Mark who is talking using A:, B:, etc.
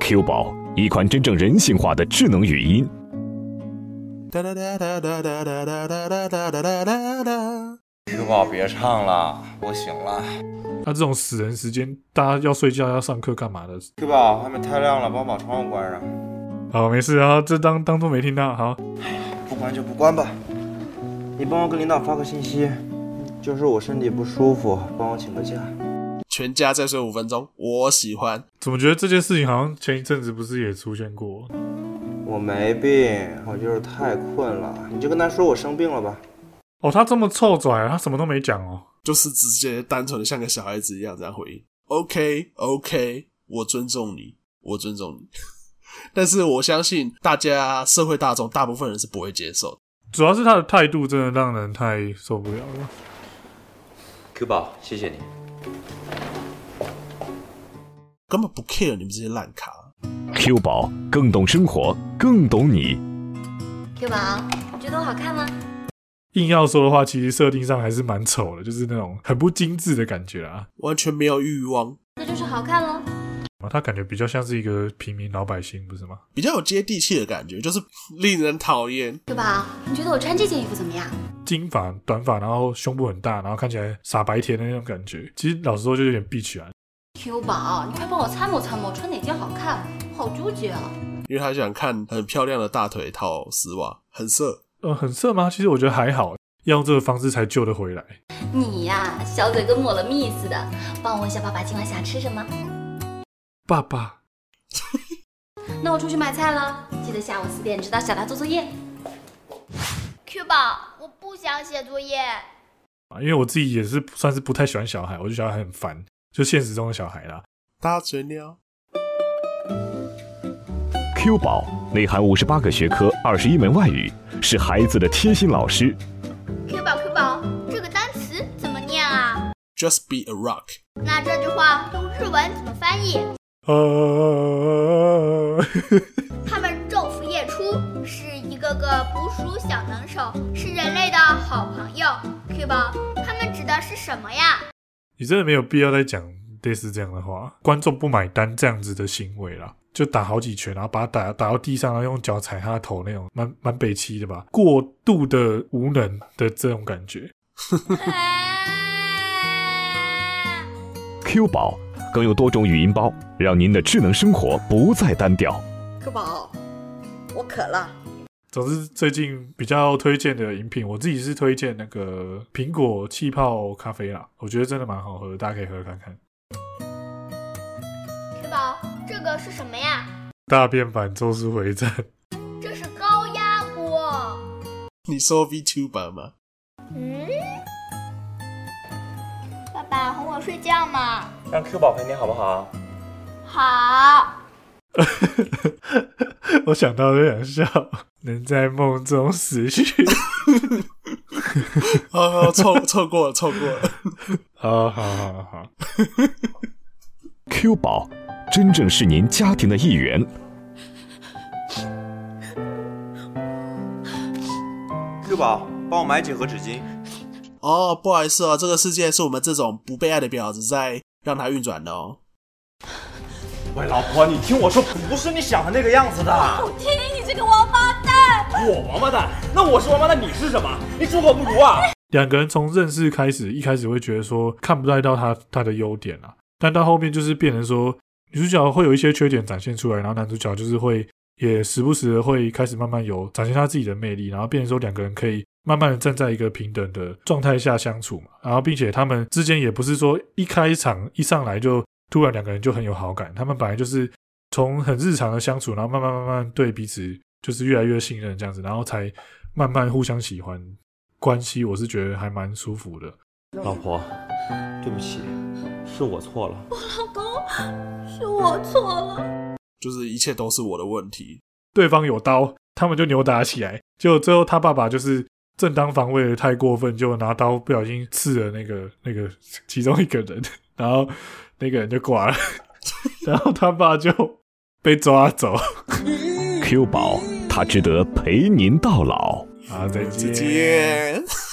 A: Q 宝，一款真正人性化的智能语音。
B: 哒哒哒哒哒哒哒哒哒哒哒哒哒哒。
C: Q 宝别唱了，我醒了。
D: 那、这种死人时间，大家要睡觉、要上课干嘛的？
C: Q 宝外面太亮了，帮我把窗户关上。
D: 好，没事啊，这当当做没听到。好，
C: 不关就不关吧。你帮我跟领导发个信息，就是我身体不舒服，帮我请个假。
B: 全家再睡五分钟，我喜欢。
D: 怎么觉得这件事情好像前一阵子不是也出现过？
C: 我没病，我就是太困了。你就跟他说我生病了吧。
D: 哦，他这么臭拽，他什么都没讲哦。
B: 就是直接单纯的像个小孩子一样这样回应。OK OK，我尊重你，我尊重你。 但是我相信大家社会大众大部分人是不会接受的。
D: 主要是他的态度真的让人太受不了了。
C: Q 宝，谢谢你。
B: 根本不 care 你们这些烂咖。
A: Q 宝更懂生活，更懂你。
E: Q 宝，你觉得我好看吗？
D: 硬要说的话，其实设定上还是蛮丑的，就是那种很不精致的感觉啊。
B: 完全没有欲望，
E: 那就是好看喽。
D: 啊他感觉比较像是一个平民老百姓，不是吗？
B: 比较有接地气的感觉，就是令人讨厌。
E: Q 宝，你觉得我穿这件衣服怎么样？
D: 金发、短发，然后胸部很大，然后看起来傻白甜的那种感觉。其实老实说，就有点 bitch 啊。
E: Q 宝，你快帮我参谋参谋，穿哪件好看？好纠结啊！
B: 因为他想看很漂亮的大腿套丝袜，很色。
D: 呃，很色吗？其实我觉得还好，要用这个方式才救得回来。
E: 你呀、小嘴跟抹了蜜似的。帮我问一下爸爸今晚想吃什么？
D: 爸爸，
E: 那我出去买菜了，记得下午四点指导小达做作业。
F: Q 宝，我不想写作业。
D: 啊，因为我自己也是算是不太喜欢小孩，我就小孩很烦，就现实中的小孩啦。
B: 大嘴鸟，
A: Q 宝内含五十八个学科，二十一门外语，是孩子的贴心老师。
F: Q 宝 Q 宝，这个单词怎么念啊？
B: just be a rock。
F: 那这句话用日文怎么翻译？
D: 呃，
F: 他们昼伏夜出，是一个个捕鼠小能手，是人类的好朋友。Q 宝，他们指的是什 么呀？
D: 你真的没有必要再讲类似这样的话，观众不买单这样子的行为啦，就打好几拳，然后把他打打到地上，然后用脚踩他的头那种，蛮蛮北齐的吧，过度的无能的这种感觉。
A: Q 宝更有多种语音包，让您的智能生活不再单调。
G: Q 宝，我渴了。
D: 总之，最近比较推荐的饮品，我自己是推荐那个苹果气泡咖啡啦，我觉得真的蛮好喝的，大家可以喝看看。
F: Q 宝，这个是什么呀？
D: 大变版《咒术回战》
F: 这是高压锅。
B: 你说 V Tuber 吗？
F: 嗯，爸爸哄我睡觉嘛。
C: 让 Q 宝陪你好不好？
F: 好。
D: 我想到就想笑，能在梦中死 去。
B: 哦，错 错过了，错过了。
D: 好好好好，
A: Q 宝真正是您家庭的一员。
C: Q 宝，帮我买几盒纸巾。
B: 哦，不好意思哦，这个世界是我们这种不被爱的婊子在让它运转的哦。
C: 喂，老婆，你听我说，不是你想的那个样子的。
E: 我听你这个王八蛋！
C: 我王八蛋？那我是王八蛋，你是什么？你猪狗不如啊！
D: 两个人从认识开始，一开始会觉得说看不太到他他的优点啊，但到后面就是变成说女主角会有一些缺点展现出来，然后男主角就是会也时不时的会开始慢慢有展现他自己的魅力，然后变成说两个人可以慢慢的站在一个平等的状态下相处嘛，然后并且他们之间也不是说一开场一上来就突然两个人就很有好感，他们本来就是从很日常的相处，然后慢慢慢慢对彼此就是越来越信任这样子，然后才慢慢互相喜欢关系，我是觉得还蛮舒服的。
C: 老婆，对不起，是我错了。
E: 老公，是我错了。
B: 就是一切都是我的问题。
D: 对方有刀，他们就扭打起来。结果最后他爸爸就是正当防卫的太过分，就拿刀不小心刺了那个那个其中一个人，然后那个人就挂了， 然后他爸就被抓走。
A: Q 宝，它值得陪您到老。
D: 好，再见。
B: 再见。